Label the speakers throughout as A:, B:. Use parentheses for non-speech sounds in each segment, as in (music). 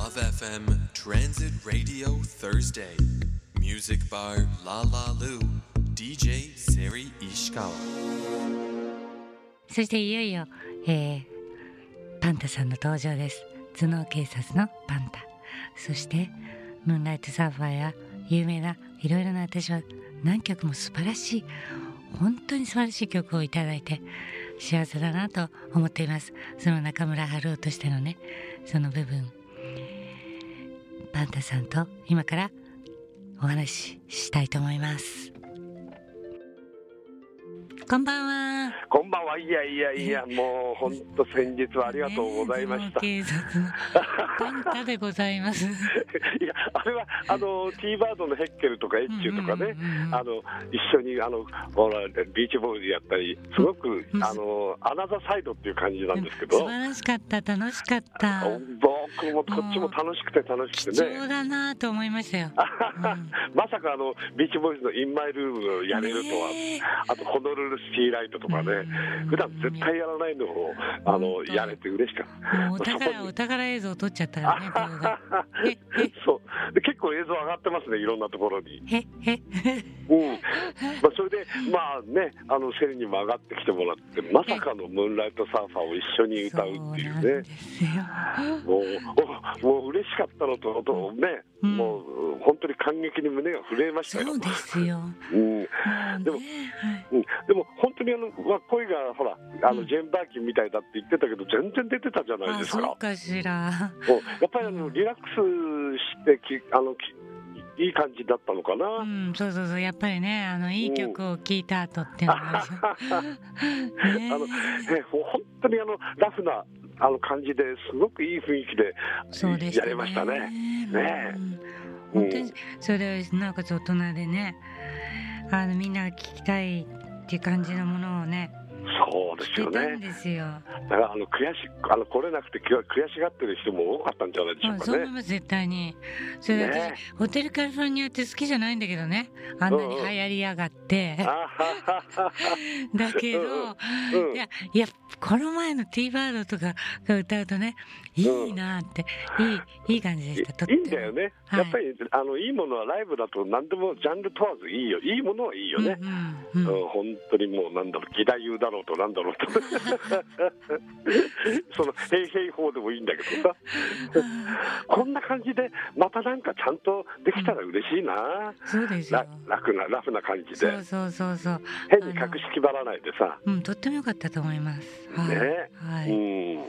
A: FM Transit Radio Thursday. Music Bar La La Lu. DJ Seri Ishikawa.
B: そしていよいよ、えーパンタさんの登場です頭脳警察のパンタそしてムーンライトサーファーや有名ないろいろな私は何曲も素晴らしい本当に素晴らしい曲をいただいて幸せだなと思っていますその中村春夫としてのねその部分パンタさんと今からお話ししたいと思いますこんばんは
C: こんばんは、いやいやいや、もう本当、先日はありがとうございました。い
B: ねえ頭脳警察のパンタでござい
C: (laughs)
B: ます。
C: や、あれは、あの、ティーバードのヘッケルとかエッチュとか
B: う
C: ね
B: んうんうんう、ん
C: あの、一緒に、あの、ほら、ビーチボーイズやったり、すごく、
B: うん
C: あの、アナザーサイドっていう感じなんですけ
B: 素
C: ど、
B: 晴らしかった、楽しかった。
C: 僕もこっちも楽しくて楽し
B: 貴
C: くて
B: 重
C: ね。
B: だなと思いましたよ。
C: まさかあのビーチボーイズのインマイルームを (laughs) やれるとは、
B: ねえ
C: あとホノルルシティライトとかね
B: うん、
C: 普段絶対やらないのをあの
B: 本当
C: やれて嬉しかった。
B: もうお
C: そこ
B: 宝、
C: に
B: お宝映像撮っちゃったからね、動
C: (laughs)
B: 画。え、
C: そうで結構映像上がってますね、いろんなところに。
B: え、え、え、 (laughs)
C: うんまあ、それで、まあね、あのセリにも上がってきてもらって、まさかのムーンライトサーファーを一緒に歌うってい
B: そうなん
C: うね
B: で、すよ。
C: もうおもう嬉しかったのと、とね、
B: うん
C: (laughs) もう本当に感激に胸が震えましたよ。
B: そうですよ。も
C: うん
B: う
C: でも
B: ね、はい
C: うん、でも本当にあの、まあ、声がほらあ
B: う
C: の
B: ん
C: ジェーン・バーキンみたいだって言ってたけど全然出てたじゃない
B: あ、
C: ですか。
B: そうかしら。
C: うんやっぱりあのリラックスしてきあのきいい感じだったのかな。
B: うん、そうそうそう、やっぱりね、あのいい曲を聴いた後っていうの
C: (laughs)
B: があるじゃん。ねえ
C: あのね、ほ本当にあのラフなあの感じですごくいい雰囲気で
B: (laughs) そうでし
C: や
B: たね。
C: れましたね。ね
B: うん本当にそれでなおかつ大人でね、あのみんなが聞きたいっていう感じのものをね、
C: そうです
B: 聞
C: よ
B: けたん
C: ね。
B: ですよ。
C: だからあの悔しあの来れなくてきょ悔しがってる人も多かったんじゃないでしょ
B: あそうう思
C: か
B: い
C: ね。
B: ます絶対に。それで私、
C: ね
B: ホテルカリフォルニアって好きじゃないんだけどね、あんなに流行りやがって。
C: あはははは
B: (laughs) だけど、
C: うんうん
B: いやいやこの前の「ティーバード」とかが歌うとねいいなって、いいいい感じでしたとっ
C: い
B: ても
C: いんだよね、
B: はい
C: やっぱりあのいいものはライブだと何でもジャンル問わずいいよいいものはいいよね、
B: うんうん
C: う
B: うん
C: ん本当にもうなんだろう義太夫だろうとなんだろうと (laughs) その平平法でもいいんだけどさこんな感じでまたなんかちゃんとできたら嬉しいな、
B: (laughs) そうですよ
C: ラ楽なラフな感じ
B: そ
C: で
B: うそうそうそう
C: 変に隠し気張らないでさ、
B: うんとっても良かったと思いますはい、
C: ね
B: は
C: う
B: い、
C: ん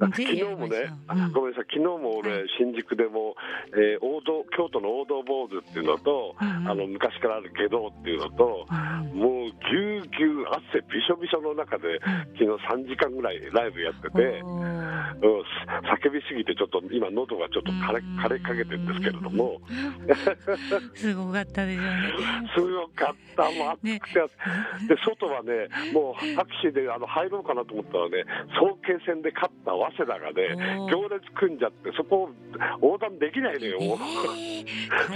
C: 昨
B: ぜひ
C: 日
B: やりま
C: も
B: しょう
C: ね、あ
B: うん
C: ごめんなさい昨日も
B: は
C: 俺新宿でも、えー王道京都の王道坊主っていうのと、
B: うんうん
C: あの昔からある下道っていうのと、
B: うん
C: もうぎゅうぎゅう汗びしょびしょの中で昨日3時間ぐらいライブやってて、
B: おー
C: うん、叫びすぎてちょっと今喉がちょっと枯れ枯れかけてるんですけれども
B: すごかったですよね
C: 強かったもう暑くて、で外はねもうタクシーであの入ろうかなと思ったらね早慶戦で勝った早稲田がね
B: おー
C: 行列組んじゃってそこを横断できないのよ、
B: え
C: もう
B: ー、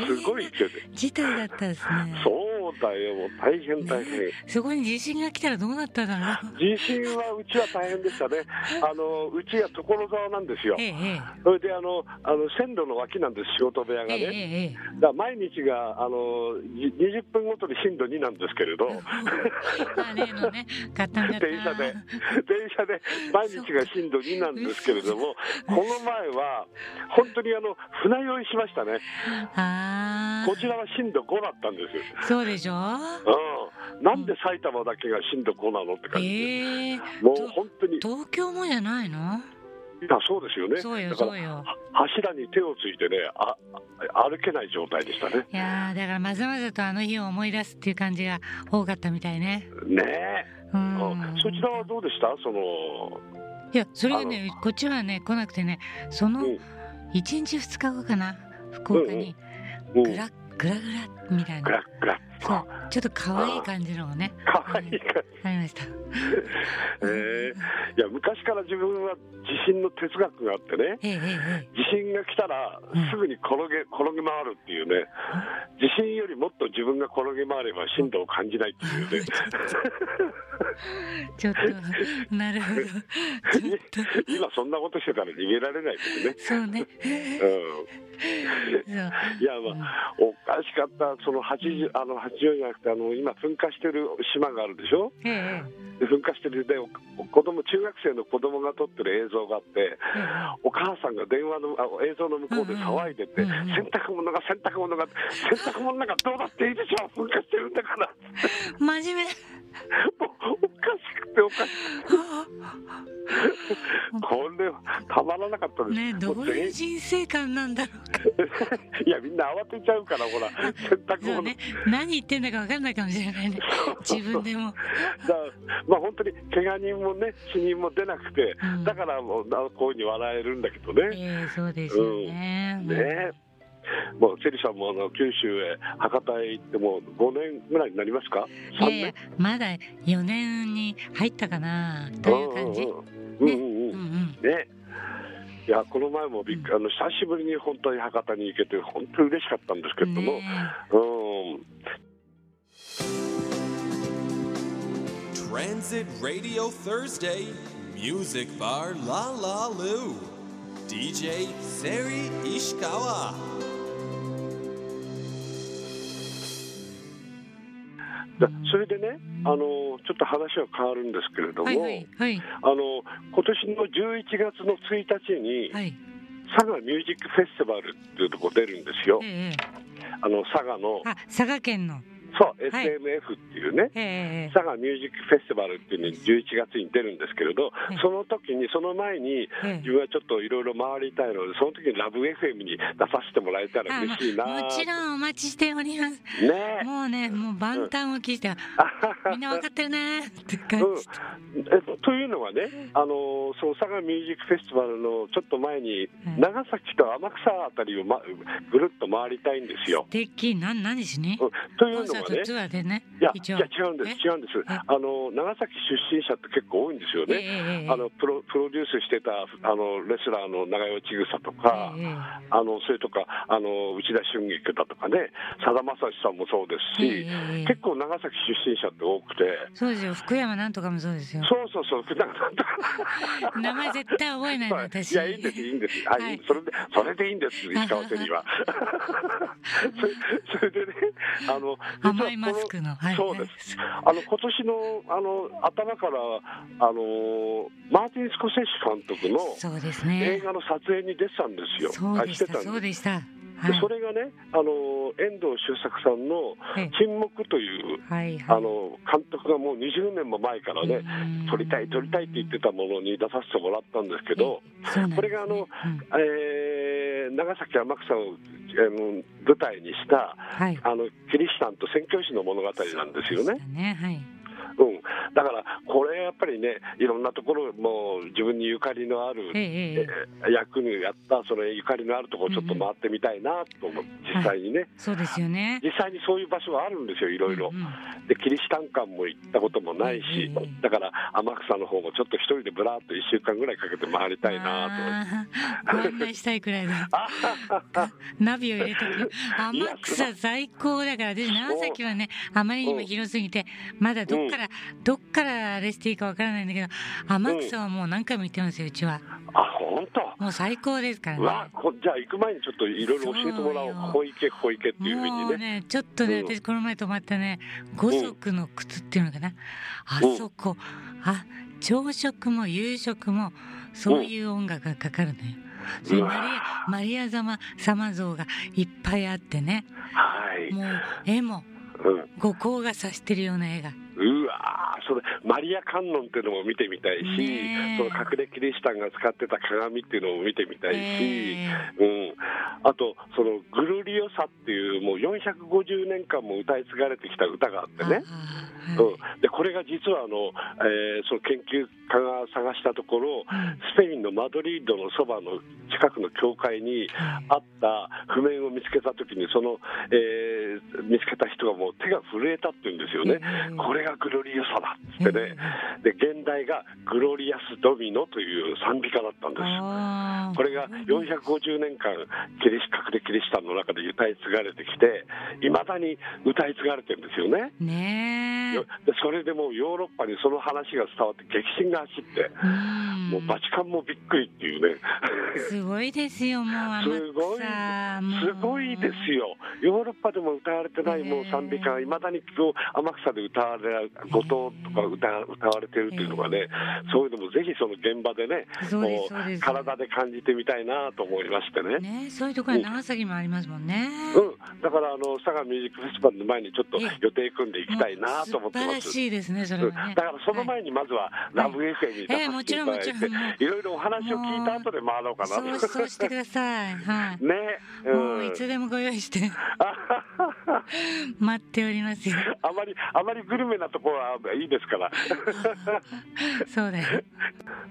C: すごい勢いで
B: 大変な事態だったですね
C: そうだよもう大変大変。
B: そこに地震が来たらどうなっただろう。
C: 地震はうちは大変でしたね、あのうちは所沢なんですよ
B: え、ええ
C: それであのあの線路の脇なんです、仕事部屋
B: え
C: が
B: ええええ
C: ね、だから毎日があのじ20分ごとに震度2なんですけれど、電
B: まあ例のね、ガタンガタン。
C: (laughs) 電車で車で毎日が震度2なんですけれども、この前は本当にあの船酔いしましたね、
B: ああ。
C: こちらは震度5だったんですよ。
B: そうでしょ
C: うん、なんで埼玉だけが震度5なのって感じで、
B: ええ
C: もう本当に、い
B: と東京もじゃないの。
C: やそうですよね。
B: そうよ、
C: だから
B: そうよ。
C: 柱に手をついてねああ歩けない状態でしたね
B: いやーだからまざまざとあの日を思い出すっていう感じが多かったみたいね。
C: ね
B: う
C: え、
B: ん。
C: そちらはどうでしたその
B: いやそれがねこっちはね来なくてねその
C: うん
B: 一日二日後かな福岡に
C: うん
B: グラグラグラみたいな
C: グラッグラッ
B: そうちょっと可愛い感じのをね
C: 可愛い感じ
B: ありました
C: ええいや昔から自分は地震の哲学があってね
B: ええええ
C: 地震が来たら
B: うん
C: すぐに転げ転げ回るっていうね地震よりもっと自分が転げ回れば震度を感じないっていうね
B: ええ (laughs) ちょっとなるほどちょ (laughs) っと
C: 今そんなことしてたら逃げられないですね
B: そうね
C: うん
B: そう
C: いやまあ、おかしかった、その80、あの84じゃなくて、あの今、噴火してる島があるでしょ、
B: えええ
C: で噴火してるで、お子供中学生の子供が撮ってる映像があって、
B: えええ
C: お母さんが電話のあ映像の向こうで騒いでて、
B: うんうんうんうん
C: 洗濯物が洗濯物が、洗濯物なんかどうだっていいでしょ、噴火してるんだから、
B: 真面目
C: もう (laughs) おかしくて、おかしくて、これ、たまらなかったです。
B: ねど
C: も
B: う
C: う
B: いう
C: 全員
B: 人生観なんだろうか
C: いやみんな慌てちゃうからほら洗濯
B: そう
C: 物、
B: ね何言ってんだか分かんないかもしれないね自分でも
C: だからまあ本当に怪我人もね死人も出なくて、
B: うん
C: だからもうなこういうふうに笑えるんだけどね。
B: ええそうですよね、
C: ねえもうセリさんもあの九州へ博多へ行ってもう5年ぐらいになりますか
B: い
C: 3
B: やいや
C: 年
B: まだ4年に入ったかなという感じ
C: うん
B: う
C: うんうんうんうん
B: う
C: うんん
B: ん
C: ねいやこの前もびっくりあの久しぶりに本当に博多に行けて本当に嬉しかったんですけれども、
B: ねえ
C: うん
A: Transit Radio Thursday, Music Bar La La Lu. DJ Seri Ishikawa.
C: だそれでねあのちょっと話は変わるんですけれども、
B: はいはいはい
C: あの今年の11月の1日に、
B: はい
C: 佐賀ミュージックフェスティバルっていうとこ出るんですよ
B: え、えええ
C: あの佐賀の
B: あ佐賀県の
C: そう、
B: はい
C: SMF っていうね、
B: ええええ
C: 佐賀ミュージックフェスティバルっていうのに11月に出るんですけれど
B: い、
C: その時に、その前に、
B: ええ
C: 自分はちょっといろいろ回りたいので、その時にラブ FM に出させてもらえたら
B: あま
C: 嬉しいな
B: あもちろんお待ちしております
C: ねえ
B: もうねもう万端を聞いてみんな分かってるねって感
C: うん
B: じ
C: えっとというのはね、あのーその佐賀ミュージックフェスティバルのちょっと前に、
B: うん
C: 長崎と天草あたりを、ま、ぐるっと回りたいんですよ。
B: できなん何しに
C: うん、とい
B: コ
C: う
B: ンサ
C: の
B: ー
C: は
B: ト
C: ね、
B: ツアーでね
C: いやい
B: 一応
C: や違うんです、違うんです、
B: え
C: あの長崎出身者って結構多いんですよ
B: ええええ
C: ね、
B: え
C: あのプロプロデュースしてたあのレスラーの長与千草とか、
B: ええええ
C: あのそれとかあの内田俊菊だとかね、さだまさしさんもそうですし、
B: ええ
C: 結構長崎出身者って多くて、
B: そうですよ福山なんとかもそうですよ
C: そうそうそう、なんかなんとか。
B: 名前絶対覚えないの
C: はい
B: 私
C: いや、いいんです、いいんです。はい、
B: はい
C: いいんですそれで、それでいいんです、石川瀬
B: (laughs)
C: には。それそれでね、あの、
B: 甘い
C: 実
B: マ
C: はこの
B: スクのはい
C: そうです。あの、今年の、あの、頭から、あの、マーティン・スコセッシ監督の
B: そうです
C: 映
B: ね
C: 画の撮影に出てたんですよ。
B: そう
C: はい
B: で
C: し
B: して
C: たん
B: た
C: です
B: そうでしたは
C: で
B: い
C: それがね、あの、遠藤周作さんの
B: え
C: 沈黙という、
B: はいはい
C: あの、監督がもう20年も前からね、撮りたい撮りたいって言ってたものに出させてもらったんですけど、
B: えそうなんですね
C: これがあの
B: うん
C: えー長崎天草を、えー舞台にした
B: はい
C: あのキリシタンと宣教師の物語なんですよね、
B: ねはい
C: うん、だからこれやっぱりねいろんなところもう自分にゆかりのある、
B: ええええ
C: えー役にやったそのゆかりのあるところちょっと回ってみたいなと思う、実際にね、
B: そうですよね
C: 実際にそういう場所はあるんですよいろいろ
B: うんう、ん
C: でキリシタン館も行ったこともないし、
B: うんうん
C: だから天草の方もちょっと一人でぶらっと1週間ぐらいかけて回りたいなと思って。
B: あーご案内したいくらい
C: (laughs)
B: だナビを入れてくる天草最高だから私長崎はねあまりにも広すぎてまだどっから、どっからあれしていいかわからないんだけど天草はもう何回も行ってますようちは
C: あ、本当。
B: もう最高ですから
C: うわ
B: ね
C: こじゃあ行く前にちょっといろいろ教えてもらおう
B: そうよ
C: ここ行けここ行けっていうふう
B: も
C: に
B: う
C: ね
B: ねちょっとね
C: うん
B: 私この前泊まったね五足の靴っていうのかなあ
C: うん
B: そこあ朝食も夕食もそういう音楽がかかるのよ。そうの
C: わ
B: マリアマリア様様像がいっぱいあってね
C: はい
B: もう絵も
C: うん
B: 五光がさしてるような絵が
C: うわーそれマリア観音っていうのも見てみたいし、
B: ねえ
C: その隠れキリシタンが使ってた鏡っていうのも見てみたいし、
B: え
C: うん、あとそのグルリオサっていうもう450年間も歌い継がれてきた歌があってね、
B: あーは
C: うん、でこれが実はあの、えーその研究家が探したとこ
B: いうん
C: ろスペインのマドリードのそばの近くの教会にあった譜面を見つけた時にその、えー見つけた人がもう手が震えたっていうんですよね、
B: うん
C: これがグロリオサだっつってね、で現代がグロリアス・ドミノという賛美歌だったんです
B: あー
C: これが450年間キリシ隠れキリシタンの中で歌い継がれてきていまだに歌い継がれてるんですよね
B: ねえ
C: よでそれでもうヨーロッパにその話が伝わって激震が走って
B: うん
C: もうバチカンもびっくりっていうね
B: すごいですよもう天
C: すごい
B: 草もう
C: すごいですよヨーロッパでも歌われてないもう賛美歌がいまだにこう天草で歌われ五島とか歌歌われてるっていうのがねそういうのもぜひその現場でね
B: そうです
C: こう
B: そうです
C: 体で感じてみたいなと思いましてね。
B: ねそういうところは長崎もありますもんね、
C: うん、だからあの佐賀ミュージックフェスティバルの前にちょっと
B: ええ
C: 予定組んでいきたいなと思って
B: もう素晴ら
C: ます。
B: しいですねそれ
C: うん
B: はね
C: だからその前にまずはラブ FM に出
B: ええ
C: さ
B: も
C: せ
B: ち
C: てい
B: ろ
C: た
B: んも
C: だい
B: ちろんも
C: て、いろいろお話を聞いた後で回ろうか (laughs) な。
B: そうそうしてくださいはい
C: ね、
B: もう
C: う
B: い
C: ん。
B: つでもご用意して待っておりますよ
C: (laughs) あまりあまりグルメなところはいいですから。
B: そうだよ
C: だか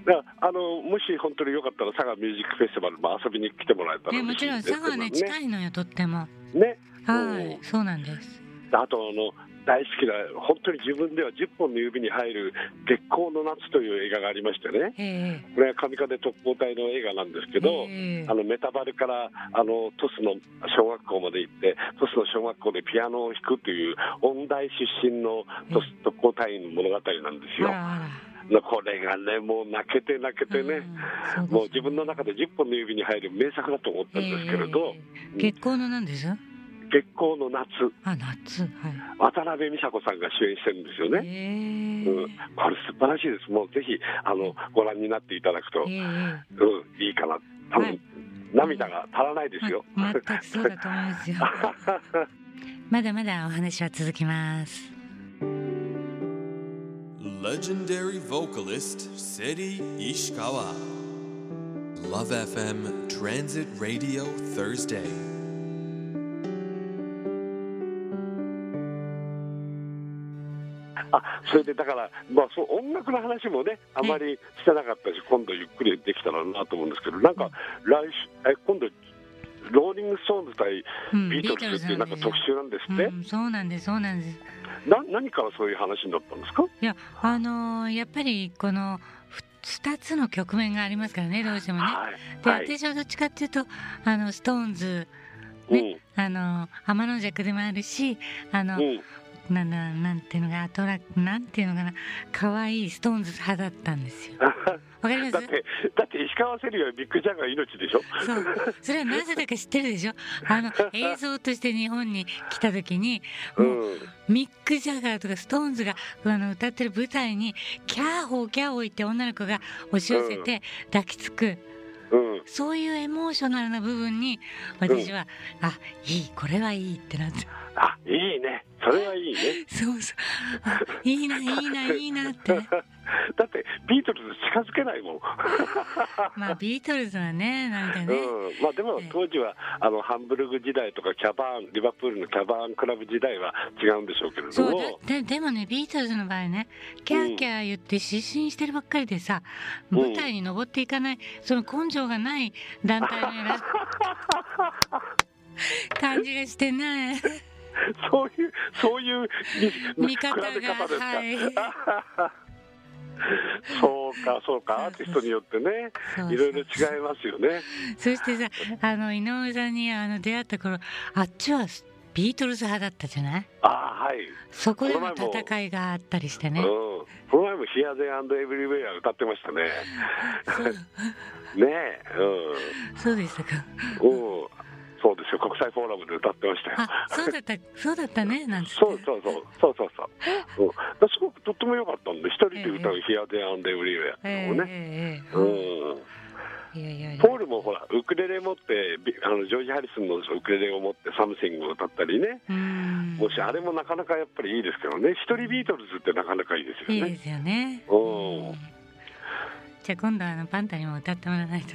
C: らあのもし本当によかったら佐賀ミュージックフェスティバルも遊びに来てもらえたら
B: ね
C: 嬉
B: も
C: し
B: ち
C: い
B: ろん
C: ですけ
B: 佐
C: ど
B: 賀ね近いのよとっても
C: ね。
B: はいそうなんです
C: あとあの大好きな本当に自分では10本の指に入る「月光の夏」という映画がありましてね
B: え
C: これは上風特攻隊の映画なんです
B: え
C: けど、
B: ええ
C: あのメタバルからあの鳥栖の小学校まで行って鳥栖の小学校でピアノを弾くという音大出身の鳥栖特攻隊員の物語なんで
B: あ
C: すよ。
B: らあら
C: これがねもう泣けて泣けてね、
B: うん
C: もう自分の中で10本の指に入る名作だと思ったんですけれど
B: ええ結婚のなんです
C: 「月光の夏」
B: あ夏はい
C: 渡辺美佐子さんが主演してるんですよね。
B: ええ
C: うん、これ素晴らしいです。もうぜひあのご覧になっていただくと、
B: ええ
C: うん、いいかな。多分、
B: はい
C: 涙が足らないですよ。
B: ま全くそうだと思い
C: (laughs)
B: ますよまだまだお話は続きます
A: Legendary vocalist Seri Ishikawa. Love FM Transit Radio Thursday.
C: あ、それでだからまあそう音楽の話もね、あまりしてなかったし、今度ゆっくりできたらなと思うんですけど、なんか来週え今度ローリングストーンズ対
B: うん
C: ビートルズっていうなんか特集なんですって。
B: うん、そうなんですそうなんです
C: な何からそういう話になったんですか？
B: いやあのーやっぱりこのふ二つの局面がありますからねどうしてもねで、
C: はい。はい。
B: 私はどっちかっていうとあのストーンズ
C: うん
B: あのー天の弱でもあるしあの、
C: うん。
B: なんだなんていうのがアトラなんていうのかな可愛いストーンズ派だったんですよ
C: (laughs)
B: わかり
C: だ
B: ます
C: ってだって石川セリはビッグジャガー命でしょ。
B: そうそれはなぜだか知ってるでしょあの映像として日本に来た時に
C: う。
B: もうんミック・ジャガーとかストーンズがあの歌ってる舞台にキャーホーキャーホー言って女の子が押し寄せて抱きつく、
C: うん。
B: そういうエモーショナルな部分に私は、あいいこれはいいってなって (laughs)
C: あ、いいね。それはいいね。
B: そうそうあいいないいないいなって
C: だってビートルズ近づけないもん。
B: まあビートルズはねなんかね、
C: うん。まあでも当時はあのハンブルグ時代とかキャバーン、リバプールのキャバーンクラブ時代は違うんでしょうけれど
B: そうだ
C: も。
B: ででもねビートルズの場合ねキャーキャー言って失神してるばっかりでさ、
C: うん
B: 舞台に登っていかないその根性がない団体のような感じがしてない
C: そういうそういう
B: (laughs) 見方が
C: 比べ方ですか。
B: はい
C: そうかそうかアーティストによってね
B: そうそう
C: いろいろ違いますよね。
B: そしてさあの井上さんにあの出会った頃あっちはビートルズ派だったじゃない
C: あーはい。
B: そこで
C: この
B: の
C: 前も
B: 戦いがあったりして
C: うん
B: ね。
C: この前も「Here, There and Everywhere」歌ってましたね。
B: そう
C: ねえ、
B: (laughs)
C: うん。
B: そうでしたか
C: うん、そうでですよ、国際フォーラムで歌ってましたよ。
B: あ、そうだった、そうだったね、なんつって。
C: そうそうそう、そうそう
B: (laughs)
C: そう。うん、だすごくとっても良かったんで、一人で歌うヒアデアンデウリー
B: え
C: や
B: え
C: ったのね。
B: ええ
C: うん
B: ええいやいやいや。
C: ポールもほらウクレレ持ってビあのジョージ・ハリスンのウクレレを持ってサムシングを歌ったりね
B: うん
C: もしあれもなかなかやっぱりいいですけどね一人ビートルズってなかなかいいです
B: いい
C: よ
B: で
C: ね
B: すよね。
C: うん
B: じゃあ今度はあのパンタにも歌ってもらわないと。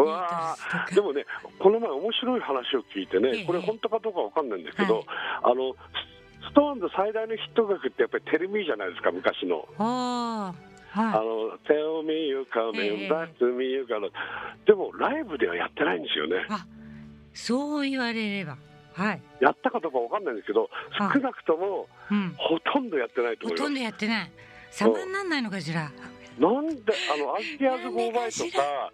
C: うわ
B: ビートルズとか
C: ーでもねこの前面白い話を聞いて
B: ええ
C: ねこれ本当かどうかわかんないんですけ
B: は
C: ど
B: い
C: あのスストーンズ最大のヒット曲ってやっぱり「テルミーじゃないですか昔の。
B: おお。
C: あ
B: は
C: の「Tell me you
B: ええ
C: coming back to me you でもライブではやってないんですよね
B: い。あ、そう言われれば。はい。
C: やったかどうかわかんないんですけど
B: はい
C: 少なくとも
B: うん。
C: ほとんどやってないと
B: ほ
C: 思いま
B: と
C: す
B: んどやってない。様になんないのかしら。
C: なんであのアンティアーズ・ゴーバイとか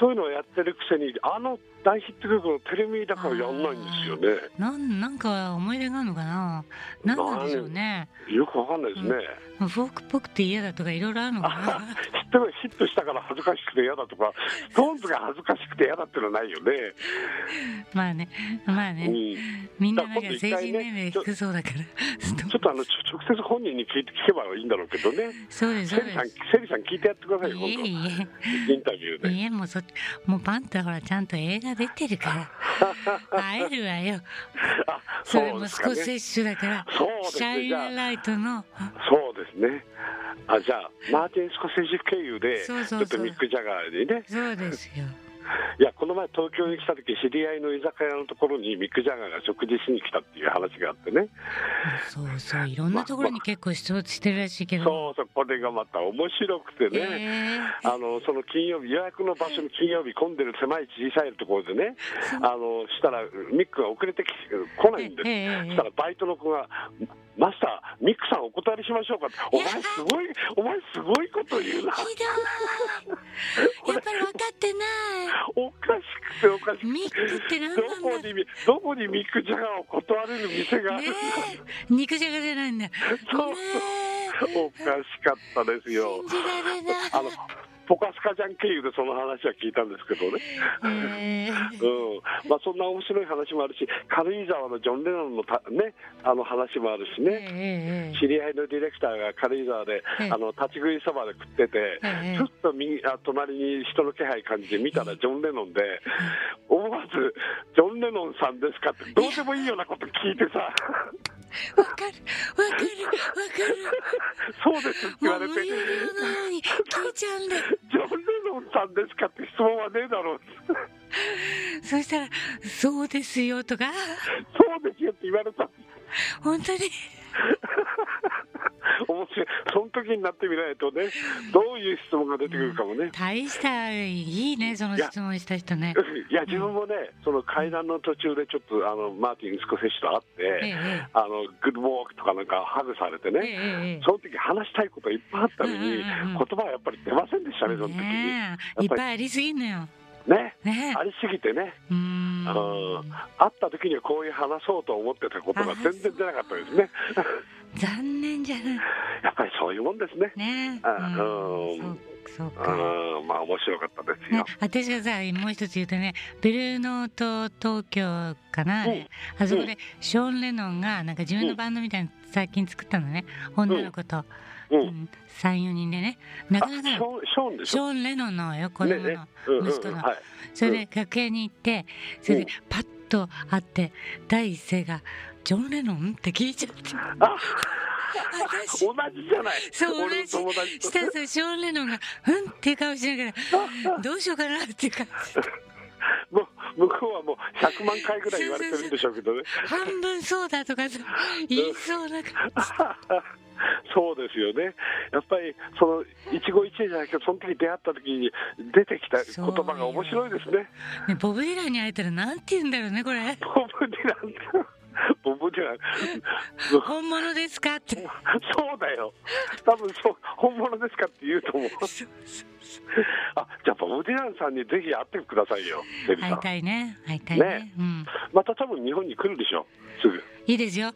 C: そういうのをやってるくせにあの大ヒット曲の「テレミー」だからやんないんですよね
B: なんなんか思い入れがあるのかな。なんなんでしょうね。
C: よくわかんないですね、
B: フォークっぽくて嫌だとかいろいろあるのかな。
C: ヒットヒットしたから恥ずかしくて嫌だとかストーンズが恥ずかしくて嫌だってのはないよね、
B: (laughs) まあね、まあ
C: う
B: ね、
C: ん、
B: みんななんか成人年齢低そうだから。
C: ちょっとあのちょ直接本人に聞いて聞けばいいんだろうけどね
B: (laughs) そうですそう
C: セリ
B: で
C: さん
B: す。
C: セリさん聞いてやってくださいよ
B: い
C: 今
B: えいえ。
C: 度インタビューで
B: いやもうそもうパンタほらちゃんと映画出てるから会えるわよ
C: あ
B: そ
C: そ
B: れ
C: う
B: も
C: です
B: 少
C: か
B: し
C: ね
B: 摂取だから
C: そうです
B: シャ
C: ね
B: イ
C: じゃ
B: ナ
C: あ
B: ライトの
C: そうですねあじゃあマーティン・スコセッシ経由で
B: そう
C: ち
B: そ
C: ょ
B: うそう
C: っとミック・ジャガーにね
B: そうですよ
C: いやこの前東京に来た時知り合いの居酒屋のところにミック・ジャガーが食事しに来たっていう話があってね
B: そうそういろんなところに結構出没してるらしいけど、
C: そうそうこれがまた面白くて
B: え
C: ね、
B: え
C: あのその金曜日予約の場所の金曜日混んでる狭い小さいところでねあのしたらミックが遅れてき来ないんです、
B: ええええ
C: したらバイトの子が「マスターミックさんお断りしましょうか」って「お前すごいお前すごいこと言うな」
B: ひどいやっぱり分かってな
C: おかしくておかしくて
B: いミックって何
C: ど
B: なん
C: こ
B: だ
C: にどこにミック・ジャガーを断れる店があ
B: ね
C: るんだ
B: え肉じゃがじゃないんだね
C: そうおかしかったです
B: え
C: よ
B: 信。じられない
C: あのポカスカジャン経由でその話は聞いたんですけどね、
B: ええ
C: うんまあ、そんな面白い話もあるし、軽井沢のジョン・レノンのた、ね、あの話もあるし
B: えええ
C: ね、
B: え
C: 知り合いのディレクターが軽井沢で、
B: ええ
C: あの立ち食いそばで食ってて、
B: ええ
C: ちょっと右あ隣に人の気配感じて見たらジョン・レノンで、思わず、ジョン・レノンさんですかって、どうでもいいようなこと聞いて
B: (laughs)
C: さ、
B: わかるわかるわかる
C: そうですって言
B: も
C: わ
B: う
C: れ
B: 無
C: て、
B: 理やりなのに聞いちゃうんだ
C: ジョン・レノンさんですかって質問はねえだろう、
B: そしたら「そうですよ」とか
C: そうですよって言われた。
B: 「本当に
C: 面白いその時になってみないとねどういう質問が出てくるかもね
B: 大したいいねその質問した人ね」
C: いや自分もねその階段の途中でちょっとあのマーティン・スコセッシと会って、
B: ええ
C: あのグッドウォークとかなんかハグされて
B: ええ
C: ね、
B: ええ
C: その時話したいこといっぱいあったのに、
B: うんうんうんうん
C: 言葉はやっぱり出ませんでしたねその時にね
B: ねえいっぱいありすぎんのよね
C: ありすぎてね、
B: えうーん
C: あの会った時にはこういう話そうと思ってたことが全然出なかったですね
B: 残念じゃない
C: やっぱりそういうもんですね
B: ねえ
C: あ
B: うん
C: うん
B: そうそうか
C: うんまあ面白かったです
B: ね
C: よ、、
B: 私がさもう一つ言うとねブルーノート東京かな、あれあそこでショーン・レノンがなんか自分のバンドみたいに最近作ったのね女の子と、
C: うん
B: うん、34人でねな
C: あ
B: か
C: シ
B: な
C: ョ
B: か
C: ーンショーンでし
B: シ
C: ょ
B: ョーン・レノンのよ子供の、
C: ねねうんうん
B: 息子の
C: はい
B: それで楽屋に行ってそれでパッと会って第一声が「ジョン・レノン?」って聞いちゃって
C: あ
B: 私
C: 同じじゃない
B: そう同
C: 俺の
B: じ
C: 友達と
B: したらさショーン・レノンが「うん」っていう顔しなが
C: (laughs)
B: ら「どうしようかな」っていうか
C: もう向こうはもう100万回ぐらい言われてるんでしょうけどね
B: 半分そうだとか
C: (laughs)
B: さ言いそうな感
C: そうですよねやっぱりその一期一会じゃないけどその時出会った時に出てきた言葉が面白いですね
B: じ、ね、ボブ・ディランに会えたらなんて言うんだろうねこれ
C: ボブ・ディランボブ・ディラ
B: 「
C: ン
B: 本物ですか?」って
C: そうだよ多分そう本物ですかって言うと思う
B: そうそう
C: あじゃあボブ・ディランさんにぜひ会ってくださいよデビ
B: 会い
C: さん
B: たいね会いたいね
C: ね
B: うん、
C: また多分日本に来るでしょすぐ
B: いいですよ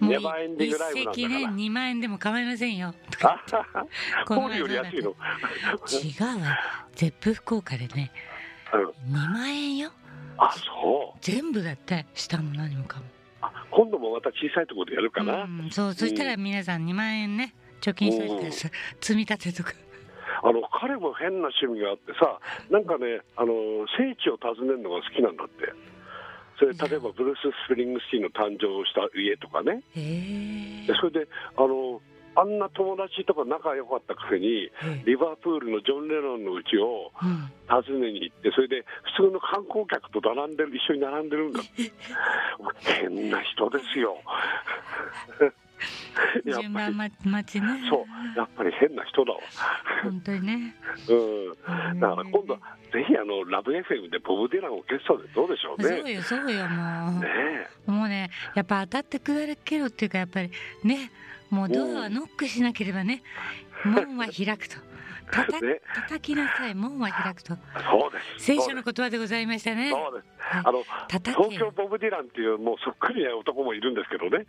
C: ネバーエンディングライブなんだから
B: 一席ね2万円でも構いませんよとか
C: あ
B: (laughs) この
C: ールより安いの
B: 違うわゼップ福岡でね
C: うん
B: 2万円よ
C: ああそう
B: 全部だって下も何もかも
C: あ今度もまた小さいところでやるかな、
B: うん、そうそしたら皆さん2万円ね貯金しといてさ積み立てとか
C: あの彼も変な趣味があってさなんかねあの聖地を訪ねるのが好きなんだってそれ例えばブルース・スプリングスキーの誕生した家とかね
B: え
C: でそれであのあんな友達とか仲良かったくせに
B: え
C: リバプールのジョン・レノンの家を
B: うん
C: 訪ねに行ってそれで普通の観光客と並んでる一緒に並んでるんだって変な人ですよ (laughs) やっ
B: 順
C: ぱ
B: 番
C: り
B: 待待ちね
C: そうやっぱり変な人だわ
B: 本当にね
C: うん
B: うん
C: (laughs) だから今度はぜひあのラブ FM でボブ・ディランをゲストでどうでしょう
B: そう
C: ね。
B: よそうよも
C: ね
B: うもうねやっぱ当たって砕けろっていうかやっぱりねもうドアはノックしなければね門は開くと叩
C: (laughs) ね
B: 叩きなさい門は開くと
C: え、そうです。
B: 聖書の
C: そ
B: 言葉でございましたね
C: うです。
B: はい
C: あの
B: 叩け
C: 東京ボブ・ディランっていうもうそっくりな男もいるんですけどね。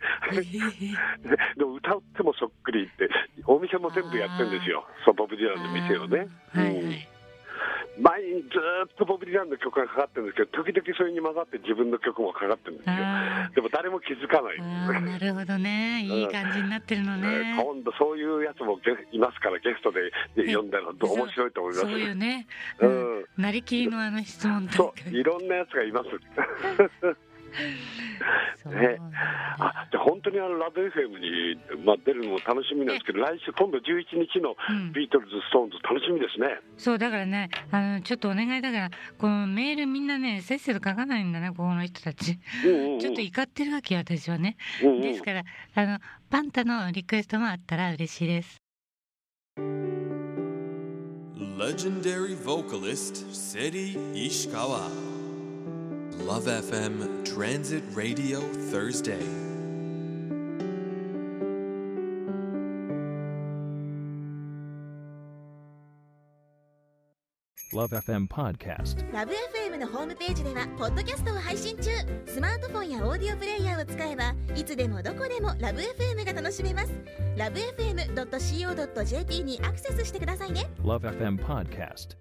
C: でも歌ってもそっくりってお店も全部やってるんですよ。そうボブ・ディランの店をね。
B: (laughs) あーはいは
C: うん
B: い
C: 前にずーっとボブ・ディランの曲がかかってるんですけど、時々それに混ざって自分の曲もかかってるんですよ。
B: あ
C: でも誰も気づかない。
B: ーあーなるほどねいい感じになってるのね
C: 今度そういうやつもゲいますからゲストで呼んだらどう面白いと思います
B: そうよね、
C: う
B: うん
C: ん、
B: なりきりのあの質問と
C: そういろんなやつがいます
B: そう
C: ねあじゃあ本当にあのラブ FM に、まあ、出るのも楽しみなんですけど来週今度11日の
B: うん
C: ビートルズストーンズ楽しみですね
B: そうだからねあのちょっとお願いだからこのメールみんなねせっせと書かないんだねここの人たち
C: うんうんうん
B: ちょっと怒ってるわけよ私はね
C: うんうん
B: ですからあのパンタのリクエストもあったら嬉しいです
A: Legendary vocalist Seri Ishikawa. Love FM Transit Radio Thursday.
D: Love FM Podcast.
E: ラブ f m のホームページではポッドキャストを配信中スマートフォンやオーディオプレイヤーを使えばいつでもどこでもラブ f m が楽しめますラブ FM.co.jp にアクセスしてくださいね
D: Love FM Podcast.